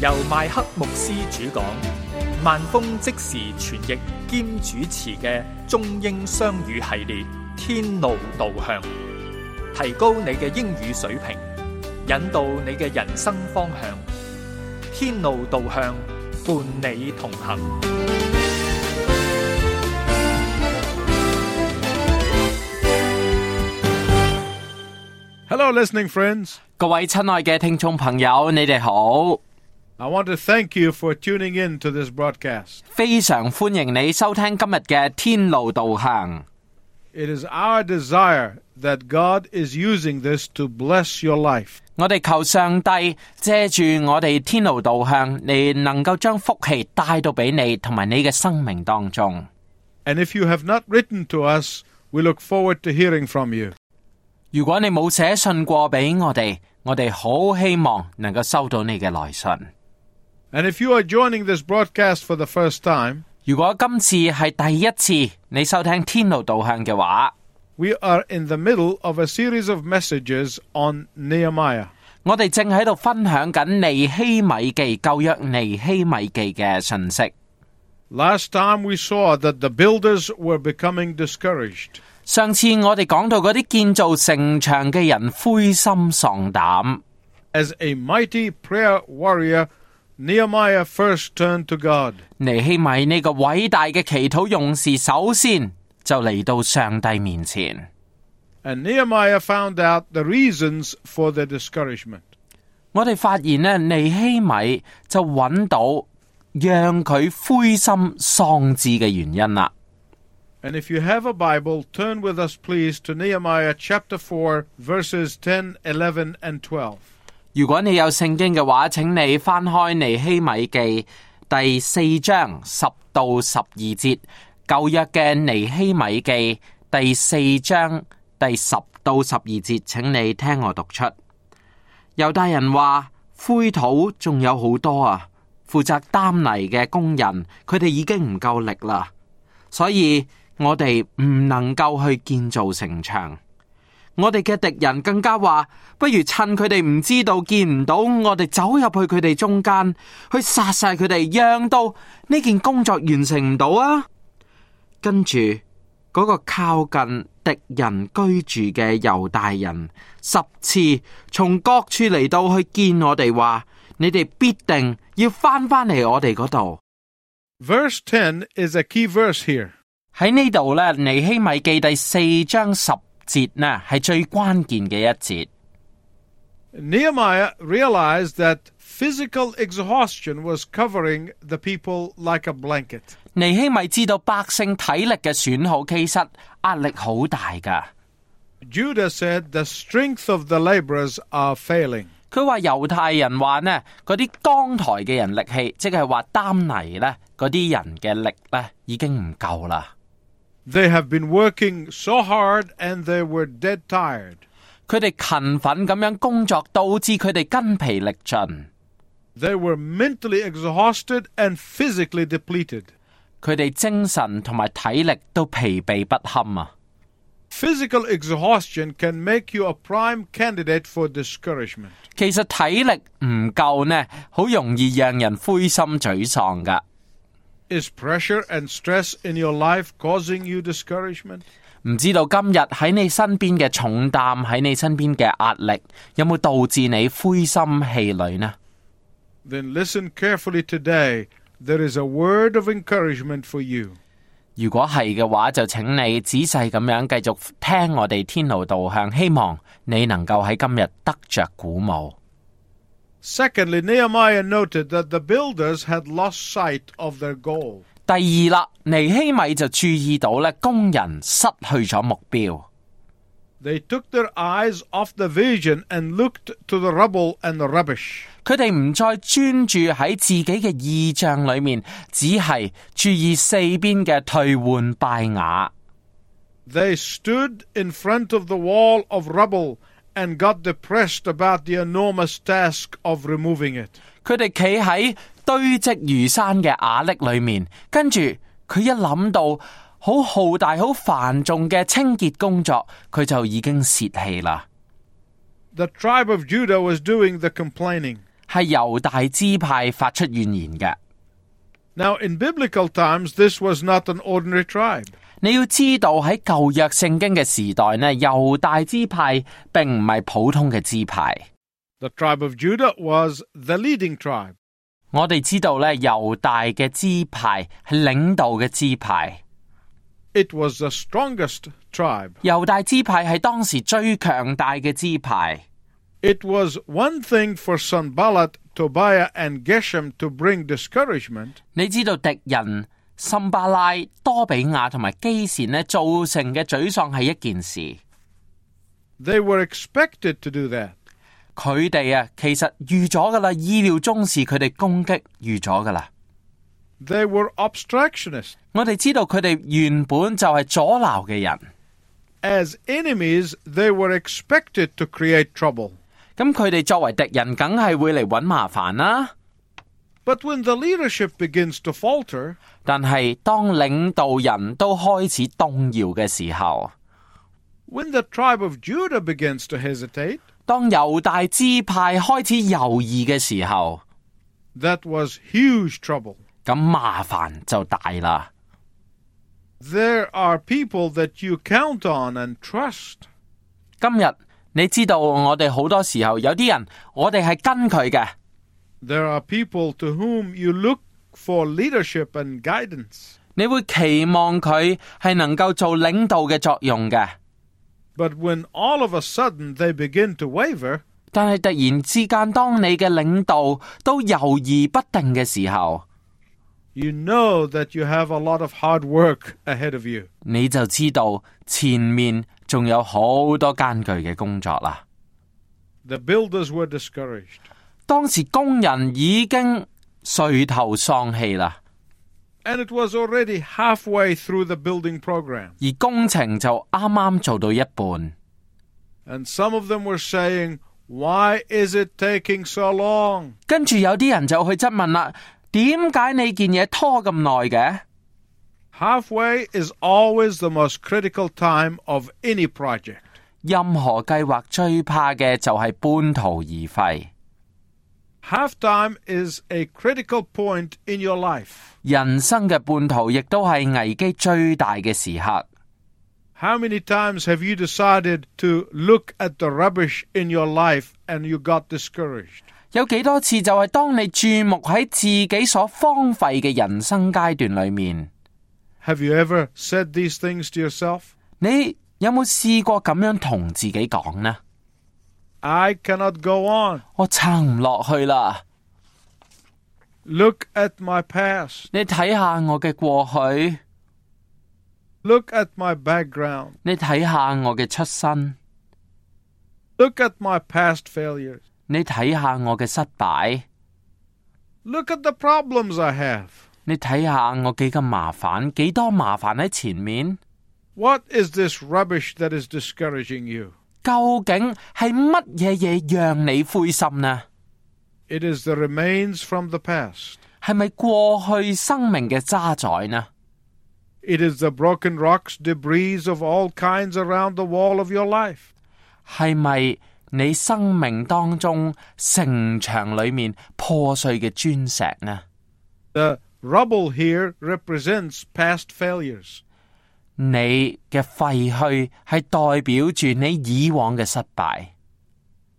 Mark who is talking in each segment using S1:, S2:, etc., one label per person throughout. S1: 由麥克牧師主講，萬峰即時傳譯兼主持嘅中英雙語系列《天路導向》，提高你嘅英語水平，引導你嘅人生方向。天路導向，伴你同行。
S2: Hello, listening friends.
S3: 各位親愛嘅聽眾朋友，你哋好，
S2: I want to thank you for tuning in to this broadcast.
S3: 非常歡迎你收聽今日嘅天路導向。
S2: It is our desire that God is using this to bless your life.
S3: 我哋求上帝借住我哋天路導向，你能夠將福氣帶到俾你同埋你嘅生命當中。
S2: And if you have not written to us, we look forward to hearing from you.
S3: 如果你冇寫信過俾我哋，我哋好希望能夠收到你嘅來信。
S2: And if you are joining this broadcast for the first time,
S3: 如果今次係第一次你收聽天路導向嘅話，
S2: we are in the middle of a series of messages on Nehemiah.
S3: 我哋正喺度分享緊尼希米記舊約尼希米記嘅信息。
S2: Last time we saw that the builders were becoming discouraged.
S3: 上次我哋講到嗰啲建造城牆嘅人灰心喪膽，
S2: As a mighty prayer warrior, Nehemiah first turned to God.
S3: 尼希米呢個偉大嘅祈禱勇士，首先就嚟到上帝面前。
S2: And Nehemiah found out the reasons for their discouragement.
S3: 我哋發現呢，尼希米就揾到讓佢灰心喪志嘅原因啦。
S2: And if you have a Bible, turn with us, please, to Nehemiah chapter 4, verses 10, 11, and 12.
S3: 如果你有聖經嘅話，請你翻開尼希米記第四章十到十二節，舊約嘅尼希米記第四章第十到十二節，請你聽我讀出。猶大人話：灰土仲有好多啊！負責擔泥嘅工人，佢哋已經唔夠力啦，所以我哋唔能夠去建造城牆。我哋嘅敵人更加話，不如趁佢哋唔知道、見唔到，我哋走入去佢哋中間，去殺晒佢哋，讓到呢件工作完成唔到啊！跟住嗰個靠近敵人居住嘅猶大人，十次從各處嚟到去見我哋，話你哋必定要翻返嚟我哋嗰度。
S2: Verse 10 is a key verse here.
S3: 喺呢度呢，尼希米記第四章十節呢，係最關鍵嘅一節。
S2: Nehemiah realized that physical exhaustion was covering the people like a blanket.
S3: 尼希米知道百姓體力嘅損耗，其實壓力好大噶。
S2: Judah said, The strength of the laborers are failing.
S3: 佢話猶太人話呢，嗰啲扛抬嘅人力氣，即係話擔泥呢，嗰啲人嘅力呢已經唔夠啦。
S2: They have been working so hard and they were dead tired.
S3: 佢哋勤奮咁樣工作，導致佢哋筋疲力盡。
S2: They were mentally exhausted and physically depleted.
S3: 佢哋精神同埋體力都疲憊不堪啊！
S2: Physical exhaustion can make you a prime candidate for discouragement.
S3: 其實體力唔夠呢，好容易讓人灰心沮喪噶。
S2: Is pressure and stress in your life causing you discouragement?
S3: 唔知道今日喺你身邊嘅重擔，喺你身邊嘅壓力，有冇導致你灰心氣餒呢？
S2: Then listen carefully today. There is a word of encouragement for you.
S3: 如果係嘅話，就請你仔細咁樣繼續聽我哋天路導向，希望你能夠喺今日得着鼓舞。
S2: Secondly, Nehemiah noted that the builders had lost sight of their goal.
S3: 第二啦，尼希米就注意到咧，工人失去咗目標，
S2: They took their eyes off the vision and looked to the rubble and the rubbish.
S3: 佢哋唔再專注喺自己嘅意象裏面，只係注意四邊嘅退換拜瓦。
S2: They stood in front of the wall of rubble and got depressed about the enormous task of removing it.
S3: 佢哋企喺堆積如山嘅瓦礫裏面，跟住佢一諗到好浩大、好繁重嘅清潔工作，佢就已經泄氣啦。
S2: The tribe of Judah was doing the complaining.
S3: 系犹大支派发出怨言嘅。
S2: Now, in biblical times, this was not an ordinary tribe.
S3: 你要知道喺旧约圣经嘅时代呢，犹大支派并唔系普通嘅支派。
S2: The tribe of Judah was the leading tribe.
S3: 我哋知道咧，犹大嘅支派系领导嘅支派，
S2: It was the strongest tribe.
S3: 犹大支派系当时最强大嘅支派。
S2: It was one thing for Sanballat, Tobiah, and Geshem to bring discouragement,
S3: 你知道敵人森巴拉、多比亞同埋基善呢造成嘅沮喪係一件事，
S2: they were expected to do that.
S3: 佢哋啊其實預咗噶啦，意料中事佢哋攻擊預咗噶啦。
S2: They were obstructionists.
S3: 我哋知道佢哋原本就係阻撓嘅人，
S2: As enemies, they were expected to create trouble.
S3: 咁佢哋作為敵人，梗係會嚟揾麻煩啦。
S2: But when the leadership begins to falter,
S3: 但係當領導人都開始動搖嘅時候，
S2: when the tribe of Judah begins to hesitate,
S3: 當猶大支派開始猶豫嘅時候，
S2: that was huge trouble.
S3: 咁麻煩就大啦。
S2: There are people that you count on and trust.
S3: 今日你知道我哋好多時候有啲人，我哋係跟佢嘅，
S2: There are people to whom you look for leadership and guidance.
S3: 你會期望佢係能夠做領導嘅作用嘅，
S2: But when all of a sudden they begin to waver,
S3: 但係突然之間，當你嘅領導都猶豫不定嘅時候，
S2: you know that you have a lot of hard work ahead of you.
S3: 你就知道前面仲有好多艱巨嘅工作啦。
S2: The builders were discouraged.
S3: 當時工人已經垂頭喪氣啦，
S2: And it was already halfway through the building program.
S3: 而工程就啱啱做到一半。
S2: And some of them were saying, Why is it taking so long?
S3: 跟住有啲人就去質問啦：點解你件嘢拖咁耐嘅？
S2: Halfway is always the most critical time of any project.
S3: 任何計劃最怕嘅就係半途而廢。
S2: Halftime is a critical point in your life.
S3: 人生嘅半途亦都係危機最大嘅時刻。
S2: How many times have you decided to look at the rubbish in your life and you got discouraged?
S3: 有幾多次就係當你注目喺自己所荒廢嘅人生階段裏面，
S2: Have you ever said these things to yourself?
S3: 你有冇試過咁樣同自己講呢？
S2: I cannot go on.
S3: 我撐唔落去啦！
S2: Look at my past.
S3: 你睇下我嘅過去，
S2: Look at my background.
S3: 你睇下我嘅出身，
S2: Look at my past failures.
S3: 你睇下我嘅失敗，
S2: Look at the problems I have.
S3: 你睇下我幾咁麻煩，幾多麻煩喺前面。
S2: What is this rubbish that is discouraging you?
S3: 究竟係乜嘢嘢讓你灰心呢？
S2: It is the remains from the past.
S3: 係咪過去生命嘅渣滓呢？
S2: It is the broken rocks, debris of all kinds around the wall of your life.
S3: 係咪你生命當中城牆裏面破碎嘅磚石呢？
S2: The rubble here represents past failures.
S3: 你嘅廢墟係代表住你以往嘅失敗。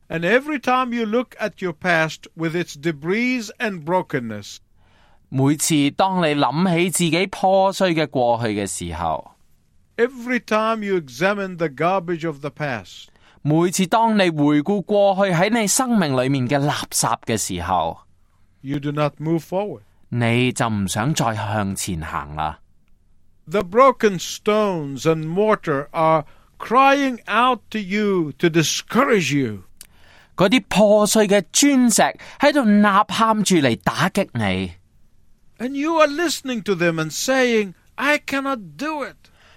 S2: And every time you look at your past with its debris and brokenness,
S3: 每次當你諗起自己破碎嘅過去嘅時候，
S2: every time you examine the garbage of the past,
S3: 每次當你回顧過去喺你生命裏面嘅垃圾嘅時候，
S2: you do not move forward.
S3: 你就唔想再向前行啦。
S2: The broken stones and mortar are crying out to you to discourage you.
S3: 嗰啲破碎嘅磚石喺度呐喊住嚟打擊你，
S2: And you are listening to them and saying, I cannot do it.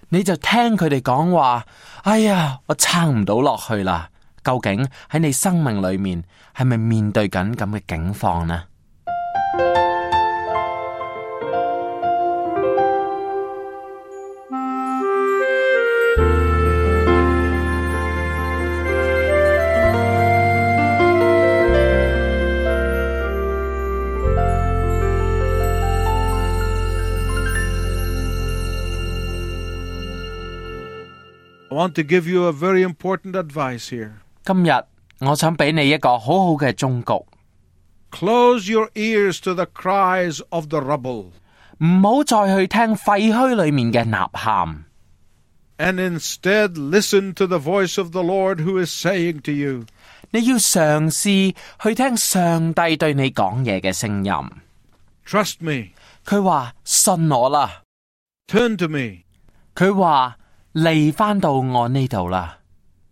S3: 你就聽佢哋講話：哎呀，我撐唔到落去啦！究竟喺你生命裏面係咪面對緊咁嘅境況呢？
S2: I want to give you a very important advice here.
S3: 今日我想俾你一個好好嘅忠告，
S2: Close your ears to the cries of the rubble,
S3: 唔好再去聽廢墟裏面嘅呐喊，
S2: and instead listen to the voice of the Lord who is saying to you,
S3: 你要嘗試去聽上帝對你講嘢嘅聲音。
S2: Trust me,
S3: 佢話信我啦，
S2: turn to me.
S3: 佢話嚟翻到我呢度啦，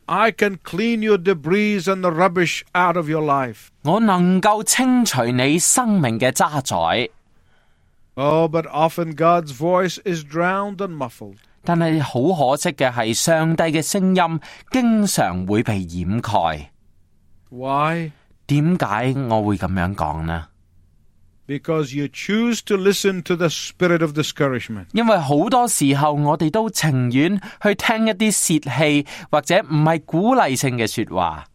S2: I can clean your debris and the rubbish out of your life.
S3: 我能夠清除你生命嘅渣滓。
S2: Oh, but often God's voice is drowned and muffled.
S3: 但係好可惜嘅係，上帝嘅聲音經常會被掩蓋。
S2: Why?
S3: 點解我會咁樣講呢？
S2: Because you choose to listen to the spirit of discouragement.
S3: 因為好多時候我哋都情願去聽一啲泄氣或者唔係鼓勵性嘅說話。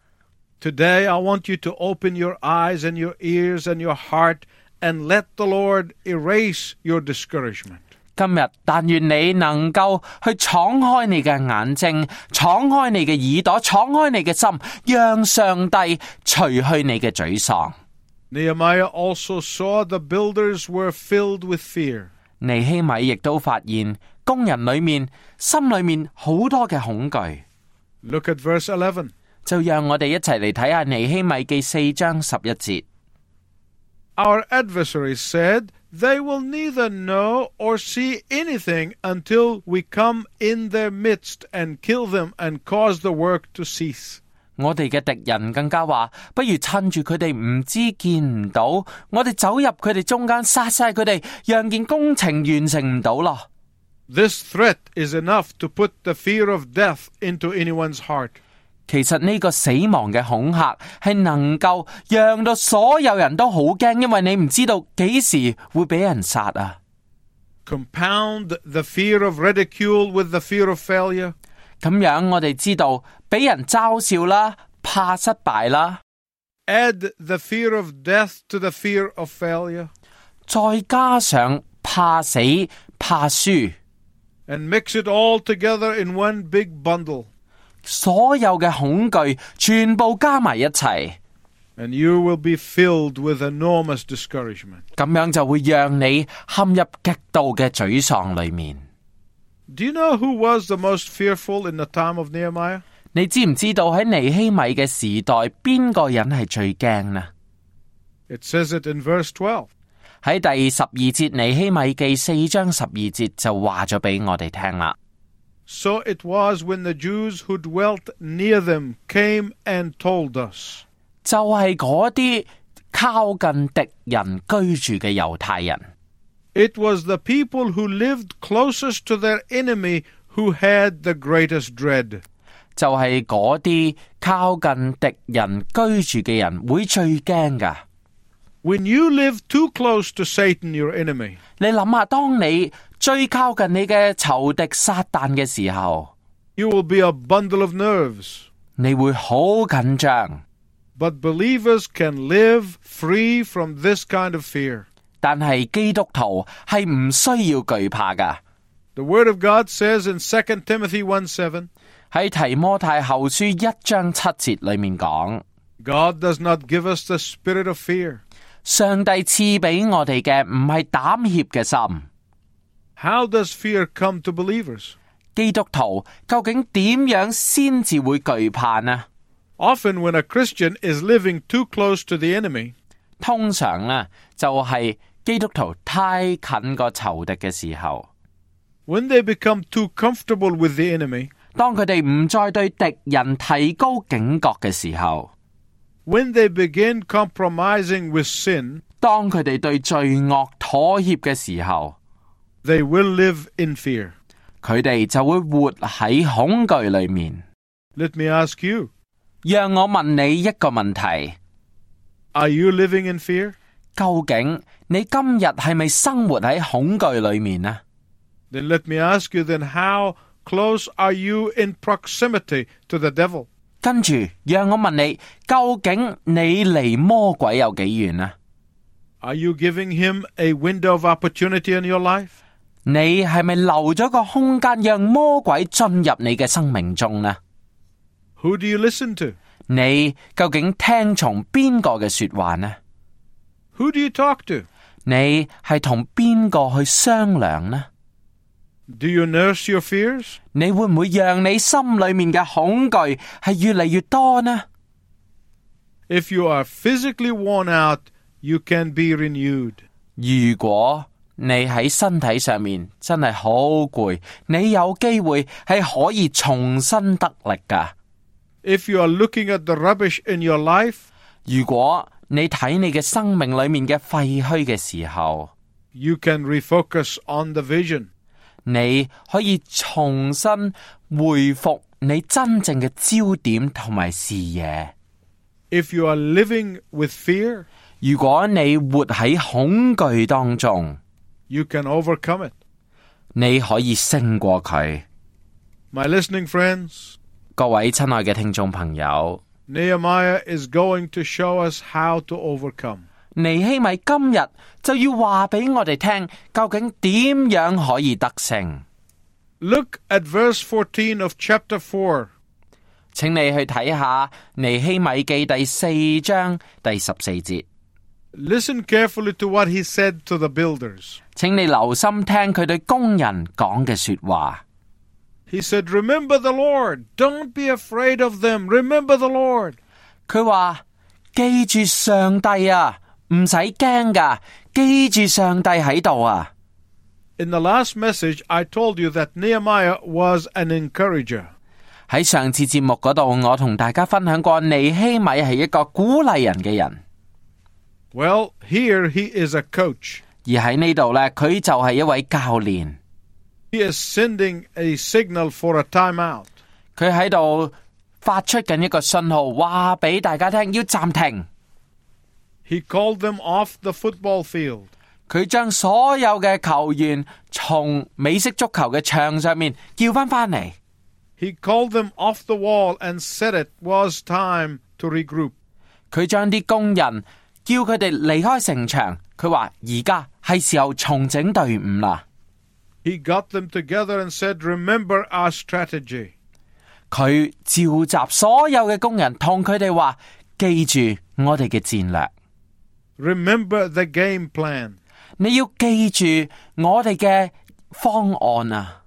S2: Today, I want you to open your eyes and your ears and your heart and let the Lord erase your discouragement.
S3: 今日但願你能夠去敞開你嘅眼睛，敞開你嘅耳朵，敞開你嘅心，讓上帝除去你嘅沮喪。
S2: Nehemiah also saw the builders were filled with fear.
S3: 尼希米亦都發現工人裏面心裏面好多嘅恐懼。
S2: Look at verse 11.
S3: 就讓我哋一齊嚟睇下尼希米記四章十一節。
S2: Our adversaries said, They will neither know or see anything until we come in their midst and kill them and cause the work to cease.
S3: 我哋嘅敵人更加話，不如趁住佢哋唔知見唔到，我哋走入佢哋中間殺晒佢哋，讓件工程完成唔到咯。
S2: This threat is enough to put the fear of death into anyone's heart.
S3: 其實呢個死亡嘅恐嚇係能夠讓到所有人都好驚，因為你唔知道幾時會俾人殺啊！
S2: Compound the fear of ridicule with the fear of failure.
S3: 咁樣我哋知道俾人嘲笑啦，怕失敗啦，
S2: Add the fear of death to the fear of failure.
S3: 再加上怕死、怕輸。
S2: And mix it all together in one big bundle.
S3: 所有嘅恐懼全部加埋一齊，
S2: And you will be filled with enormous discouragement.
S3: 咁樣就會讓你陷入極度嘅沮喪裏面。
S2: Do you know who was the most fearful in the time of Nehemiah?
S3: 你知唔知道喺尼希米嘅時代，邊個人係最驚呢？
S2: It says it in verse 12.
S3: 喺第十二節尼希米記四章十二節就話咗俾我哋聽啦。
S2: So it was when the Jews who dwelt near them came and told us.
S3: 就係嗰啲靠近敵人居住嘅猶太人，
S2: It was the people who lived closest to their enemy who had the greatest dread.
S3: 就係嗰啲靠近敵人居住嘅人會最驚噶。
S2: When you live too close to Satan, your enemy,
S3: 你諗下，當你最靠近你嘅仇敵撒旦嘅時候，
S2: you will be a bundle of nerves.
S3: 你會好緊張。
S2: But believers can live free from this kind of fear.
S3: 但係基督徒係唔需要懼怕噶。
S2: The Word of God says in 2 Timothy 1 7,
S3: 喺提摩太後書一章七節裏面講，
S2: God does not give us the spirit of fear.
S3: 上帝賜俾我哋嘅唔係膽怯嘅心。
S2: How does fear come to believers?
S3: 基督徒究竟點樣先至會懼怕呢？
S2: Often, when a Christian is living too close to the enemy,
S3: 通常呢，就係基督徒太近個仇敵嘅時候。
S2: when they become too comfortable with the enemy,
S3: 当佢哋唔再对敌人提高警觉嘅时候，
S2: when they begin compromising with sin,
S3: 当佢哋对罪恶妥协嘅时候，
S2: they will live in fear.
S3: 佢哋就会活喺恐惧里面。
S2: Let me ask you,
S3: 让我问你一个问题：
S2: are you living in fear?
S3: 究竟你今日系咪生活喺恐惧里面呢？
S2: Then let me ask you, then how close are you in proximity to the devil?
S3: 跟住，让我问你，究竟你离魔鬼有几远啊？
S2: Are you giving him a window of opportunity in your life?
S3: 你系咪留咗个空间让魔鬼进入你嘅生命中呢？
S2: Who do you listen to?
S3: 你究竟听从边个嘅说话呢？
S2: Who do you talk to?
S3: 你系同边个去商量呢？
S2: Do you nurse your fears?
S3: 你会唔会让你心里面嘅恐惧系越嚟越多呢？
S2: If you are physically worn out, you can be renewed.
S3: 如果你喺身体上面真系好攰，你有机会系可以重新得力噶。
S2: If you are looking at the rubbish in your life,
S3: 如果你睇你嘅生命里面嘅废墟嘅时候，
S2: you can refocus on the vision.
S3: 你可以重新回复你真正嘅焦点同埋视野。
S2: If you are living with fear,
S3: 如果你活喺恐惧当中，
S2: you can overcome it.
S3: 你可以胜过佢。
S2: My listening friends,
S3: 各位亲爱嘅听众朋友，
S2: Nehemiah is going to show us how to overcome.
S3: 尼希米今日就要话俾我哋听，究竟点样可以得胜？
S2: Look at verse 14 of chapter 4.
S3: 请你去睇下尼希米记第四章第十四节，
S2: Listen carefully to what he said to the builders.
S3: 请你留心听佢对工人讲嘅说话。
S2: He said, Remember the Lord. Don't be afraid of them. Remember the Lord.
S3: 佢话：记住上帝啊，唔使惊噶，记住上帝喺度啊！
S2: In the last message, I told you that Nehemiah was an encourager.
S3: 喺上次节目嗰度，我同大家分享过尼希米系一个鼓励人嘅人。
S2: Well, here he is a coach.
S3: 而喺呢度呢，佢就系一位教练，
S2: He is sending a signal for a timeout.
S3: 佢喺度发出紧一个信号，话俾大家听要暂停。
S2: He called them off the football field.
S3: 佢将所有嘅球员从美式足球嘅场上面叫翻翻嚟，
S2: He called them off the wall and said it was time to regroup.
S3: 佢将啲工人叫佢哋离开城墙。佢话而家系时候重整队伍啦。
S2: He got them together and said, Remember our strategy.
S3: 佢召集所有嘅工人，同佢哋话：记住我哋嘅战略，
S2: Remember the game plan.
S3: 你要记住我哋嘅方案啊！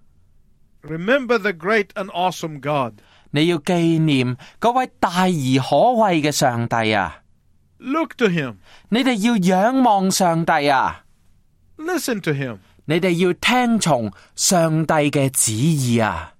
S2: Remember the great and awesome God.
S3: 你要纪念嗰位大而可畏嘅上帝啊！
S2: Look to him.
S3: 你哋要仰望上帝啊！
S2: Listen to him.
S3: 你哋要听从上帝嘅旨意啊！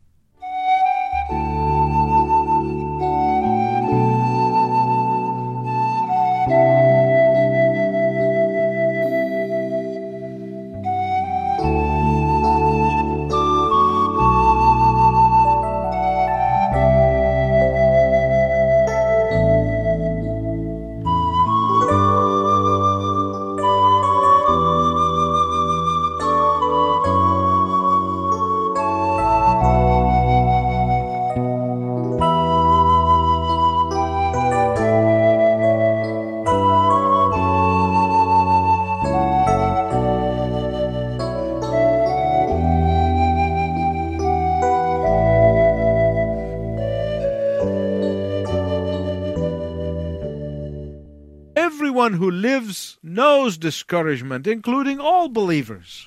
S2: Everyone who lives knows discouragement, including all believers.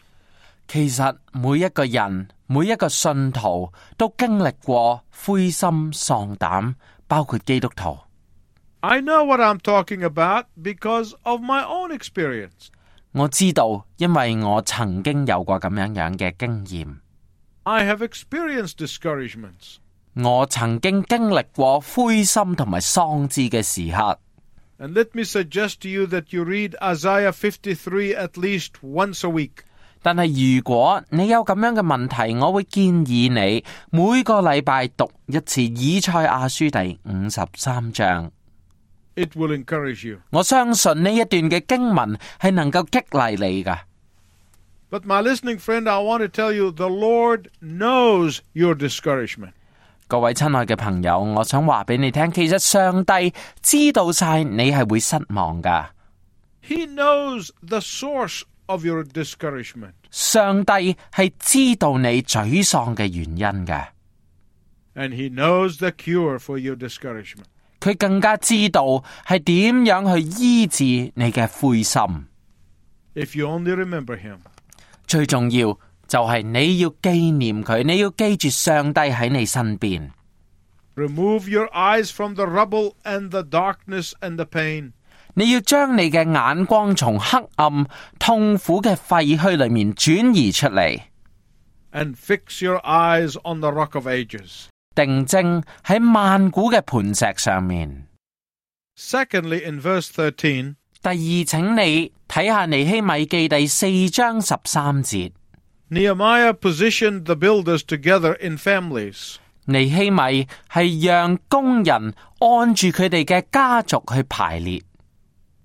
S3: 其实每一个人、每一个信徒都经历过灰心丧胆，包括基督徒。
S2: I know what I'm talking about because of my own experience.
S3: 我知道，因为我曾经有过咁样样嘅经验。
S2: I have experienced discouragements,
S3: 我曾经经历过灰心同埋丧志嘅时刻。
S2: and let me suggest to you that you read Isaiah 53 at least once a week.
S3: 但系如果你有咁样嘅問題，我會建議你每個禮拜讀一次以賽亞書第五十三章。
S2: It will encourage you.
S3: 我相信呢一段嘅經文係能夠激勵你噶。
S2: But, my listening friend, I want to tell you the Lord knows your discouragement.
S3: 各位親愛嘅朋友，我想話俾你聽，其實上帝知道晒你係會失望噶，
S2: He knows the source of your discouragement.
S3: 上帝系知道你沮丧嘅原因嘅，
S2: And He knows the cure for your discouragement.
S3: 佢更加知道系点样去医治你嘅灰心。
S2: If you only remember Him,
S3: 最重要就系你要纪念佢，你要记住上帝喺你身边，
S2: remove your eyes from the rubble and the darkness and the pain.
S3: 你要将你嘅眼光从黑暗、痛苦嘅废墟里面转移出嚟，
S2: and fix your eyes on the Rock of Ages.
S3: 定睛喺万古嘅磐石上面。
S2: Secondly, in verse 13,
S3: 第二，请你睇下尼希米记第四章十三节，
S2: Nehemiah positioned the builders together in families.
S3: 尼希米系让工人按住佢哋嘅家族去排列。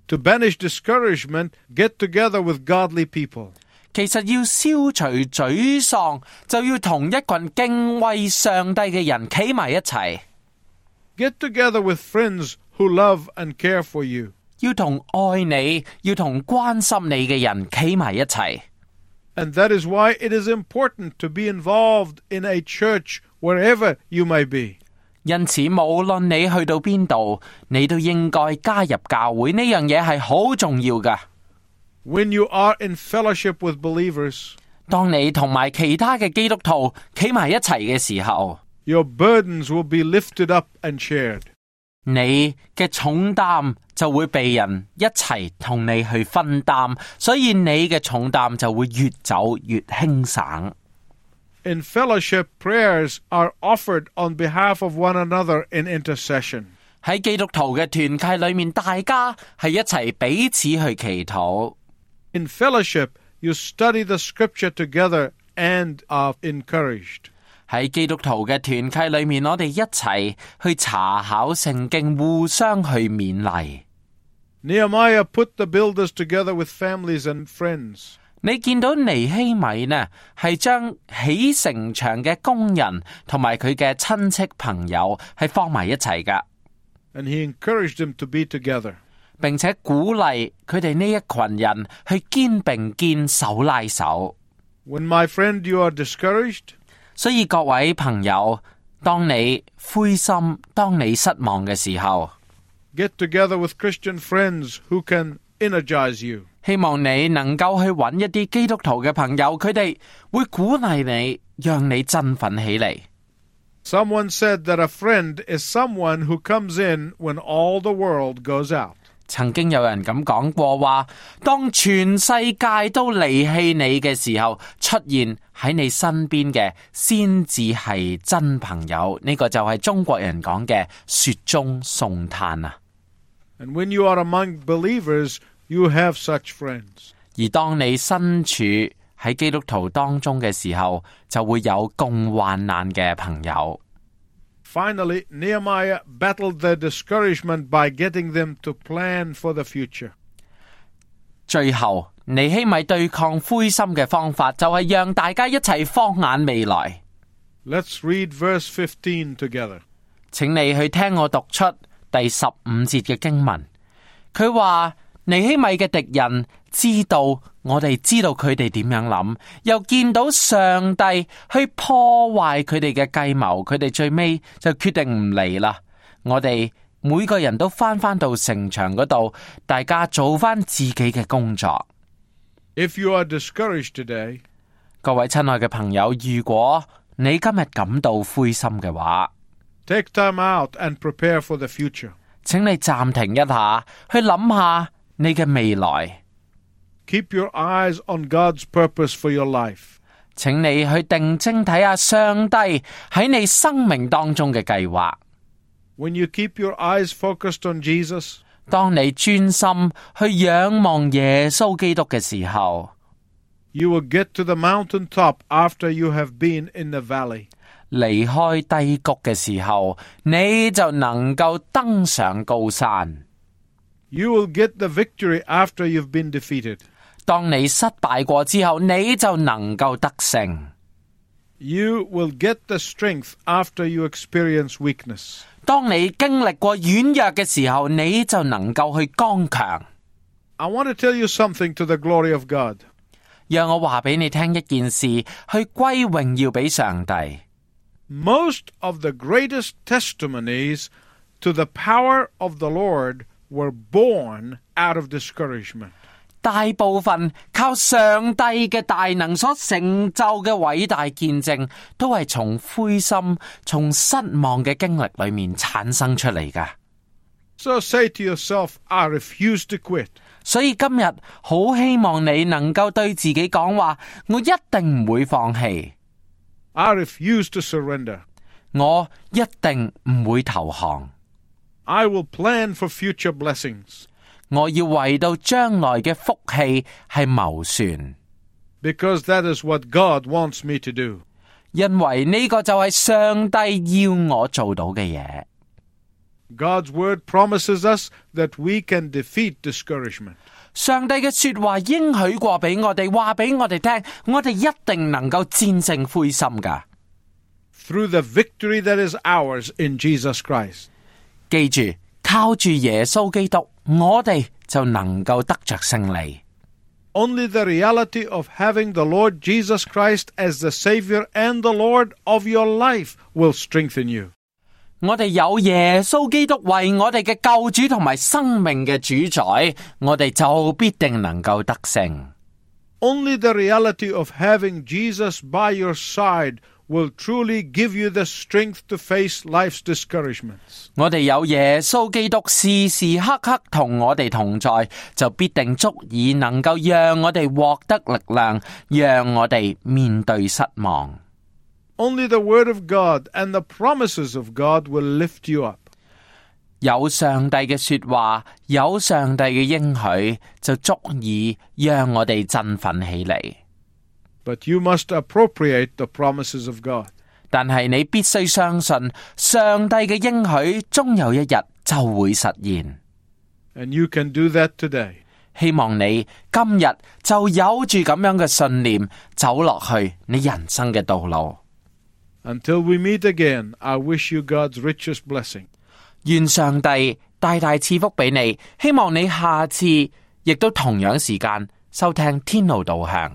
S2: To banish discouragement, get together with godly people.
S3: 其实要消除沮丧，就要同一群敬畏上帝嘅人企埋一齐，
S2: Get together with friends who love and care for you.
S3: 要同爱你、要同关心你嘅人企埋一齐。
S2: And that is why it is important to be involved in a church wherever you may be.
S3: 因此，无论你去到边度，你都应该加入教会。呢样嘢系好重要噶。
S2: When you are in fellowship with believers,
S3: 当你同埋其他嘅基督徒企埋一齐嘅时候，
S2: your burdens will be lifted up and shared.
S3: 你嘅重担就会被人一齐同你去分担，所以你嘅重担就会越走越轻省。
S2: In fellowship, prayers are offered on behalf of one another in intercession.
S3: 喺基督徒嘅团契里面，大家系一齐彼此去祈禱。
S2: In fellowship, you study the scripture together and are encouraged.
S3: 喺基督徒嘅團契裏面，我哋一齊去查考聖經，互相去勉勵。
S2: Nehemiah put the builders together with families and friends.
S3: 你見到尼希米呢，係將起城牆嘅工人同埋佢嘅親戚朋友係放埋一齊㗎，
S2: And he encouraged them to be together.
S3: 並且鼓勵佢哋呢一群人去肩並肩、手拉手。
S2: When my friend, you are discouraged,
S3: 所以各位朋友，當你灰心、當你失望嘅時候，
S2: get together with Christian friends who can energize you.
S3: 希望你能夠去揾一啲基督徒嘅朋友，佢哋會鼓勵你，讓你振奮起嚟。
S2: Someone said that a friend is someone who comes in when all the world goes out.
S3: 曾經有人咁講過話，當全世界都離棄你嘅時候，出現喺你身邊嘅先至係真朋友。呢、個就係中國人講嘅雪中送炭啊！
S2: And when you are among believers, you have such friends.
S3: 而當你身處喺基督徒當中嘅時候，就會有共患難嘅朋友。
S2: Finally, Nehemiah battled their discouragement by getting them to plan for the future.
S3: 最後，尼希米對抗灰心嘅方法就係讓大家一齊放眼未來。
S2: Let's read verse 15 together.
S3: 請你去聽我讀出第十五節嘅經文。佢話尼希米嘅敵人知道我哋知道佢哋點樣諗，又見到上帝去破壞佢哋嘅計謀，佢哋最尾就決定唔嚟啦。我哋每個人都翻返到城牆嗰度，大家做翻自己嘅工作。
S2: If you are discouraged today,
S3: 各位親愛嘅朋友，如果你今日感到灰心嘅話，
S2: take time out and prepare for the future.
S3: 請你暫停一下，去諗下你嘅未來。
S2: Keep your eyes on God's purpose for your life.
S3: 请你去定睛睇下上帝喺你生命当中嘅计划。
S2: When you keep your eyes focused on Jesus,
S3: 当你专心去仰望耶稣基督嘅时候，
S2: you will get to the mountaintop after you have been in the valley.
S3: 离开低谷嘅时候，你就能够登上高山。
S2: You will get the victory after you've been defeated.
S3: 当你失败过之后，你就能够得胜。
S2: You will get the strength after you experience weakness.
S3: 当你经历过软弱嘅时候，你就能够去刚强。
S2: I want to tell you something to the glory of God.
S3: 让我话俾你听一件事，去归荣耀俾上帝。
S2: Most of the greatest testimonies to the power of the Lord were born out of discouragement.
S3: 大部分靠上帝嘅大能所成就嘅伟大见证，都系从灰心、从失望嘅经历里面产生出嚟噶。
S2: So say to yourself, I refuse to quit.
S3: 所以今日好希望你能够对自己讲话：我一定唔会放弃，
S2: I refuse to surrender.
S3: 我一定唔会投降，
S2: I will plan for future blessings
S3: 我要为到将来嘅福气系谋算，
S2: because that is what God wants me to do.
S3: 因为呢个就系上帝要我做到嘅嘢。
S2: God's word promises us that we can defeat discouragement.
S3: 上帝嘅说话应许过俾我哋，话俾我哋听，我哋一定能够战胜灰心噶。
S2: through the victory that is ours in Jesus Christ.
S3: 记住，靠住耶稣基督，我哋就能够得着胜利。
S2: Only the reality of having the Lord Jesus Christ as the Savior and the Lord of your life will strengthen you.
S3: 我哋有耶稣基督为我哋嘅救主同埋生命嘅主宰，我哋就必定能够得胜。
S2: Only the reality of having Jesus by your side will truly give you the strength to face life's discouragements.
S3: 我哋有耶稣基督时时刻刻同我哋同在，就必定足以能够让我哋获得力量，让我哋面对失望。
S2: Only the Word of God and the promises of God will lift you up.
S3: 有上帝嘅说话，有上帝嘅应许，就足以让我哋振奋起嚟。
S2: But you must appropriate the promises of God.
S3: 但系你必须相信，上帝嘅应许终有一日就会实现。
S2: And you can do that today.
S3: 希望你今日就有住咁样嘅信念，走落去你人生嘅道路。
S2: Until we meet again, I wish you God's richest blessing.
S3: 愿上帝大大赐福俾你。希望你下次亦都同样时间收听天路导向。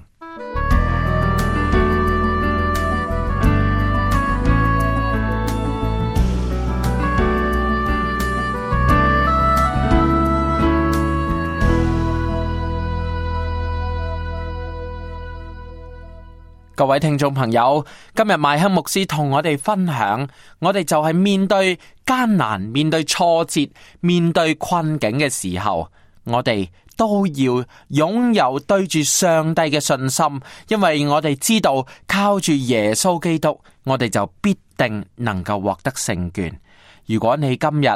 S3: 各位听众朋友，今日麦克牧师同我哋分享，我哋就系面对艰难、面对挫折、面对困境嘅时候，我哋都要拥有对住上帝嘅信心，因为我哋知道靠住耶稣基督，我哋就必定能够获得胜券。如果你今日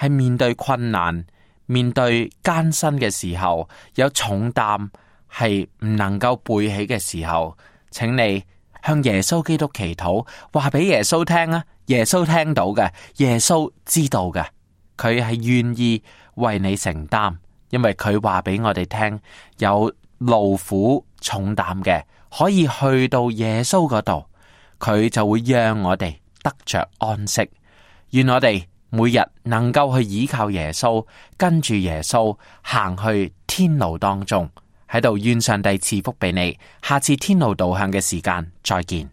S3: 系面对困难、面对艰辛嘅时候，有重担系唔能够背起嘅时候，请你向耶稣基督祈祷，话俾耶稣听啊！耶稣听到嘅，耶稣知道嘅，佢系愿意为你承担，因为佢话俾我哋听，有劳苦重担嘅可以去到耶稣嗰度，佢就会让我哋得着安息。愿我哋每日能够去倚靠耶稣，跟住耶稣行去天路当中。喺度，愿上帝赐福俾你。下次天路导向嘅时间，再见。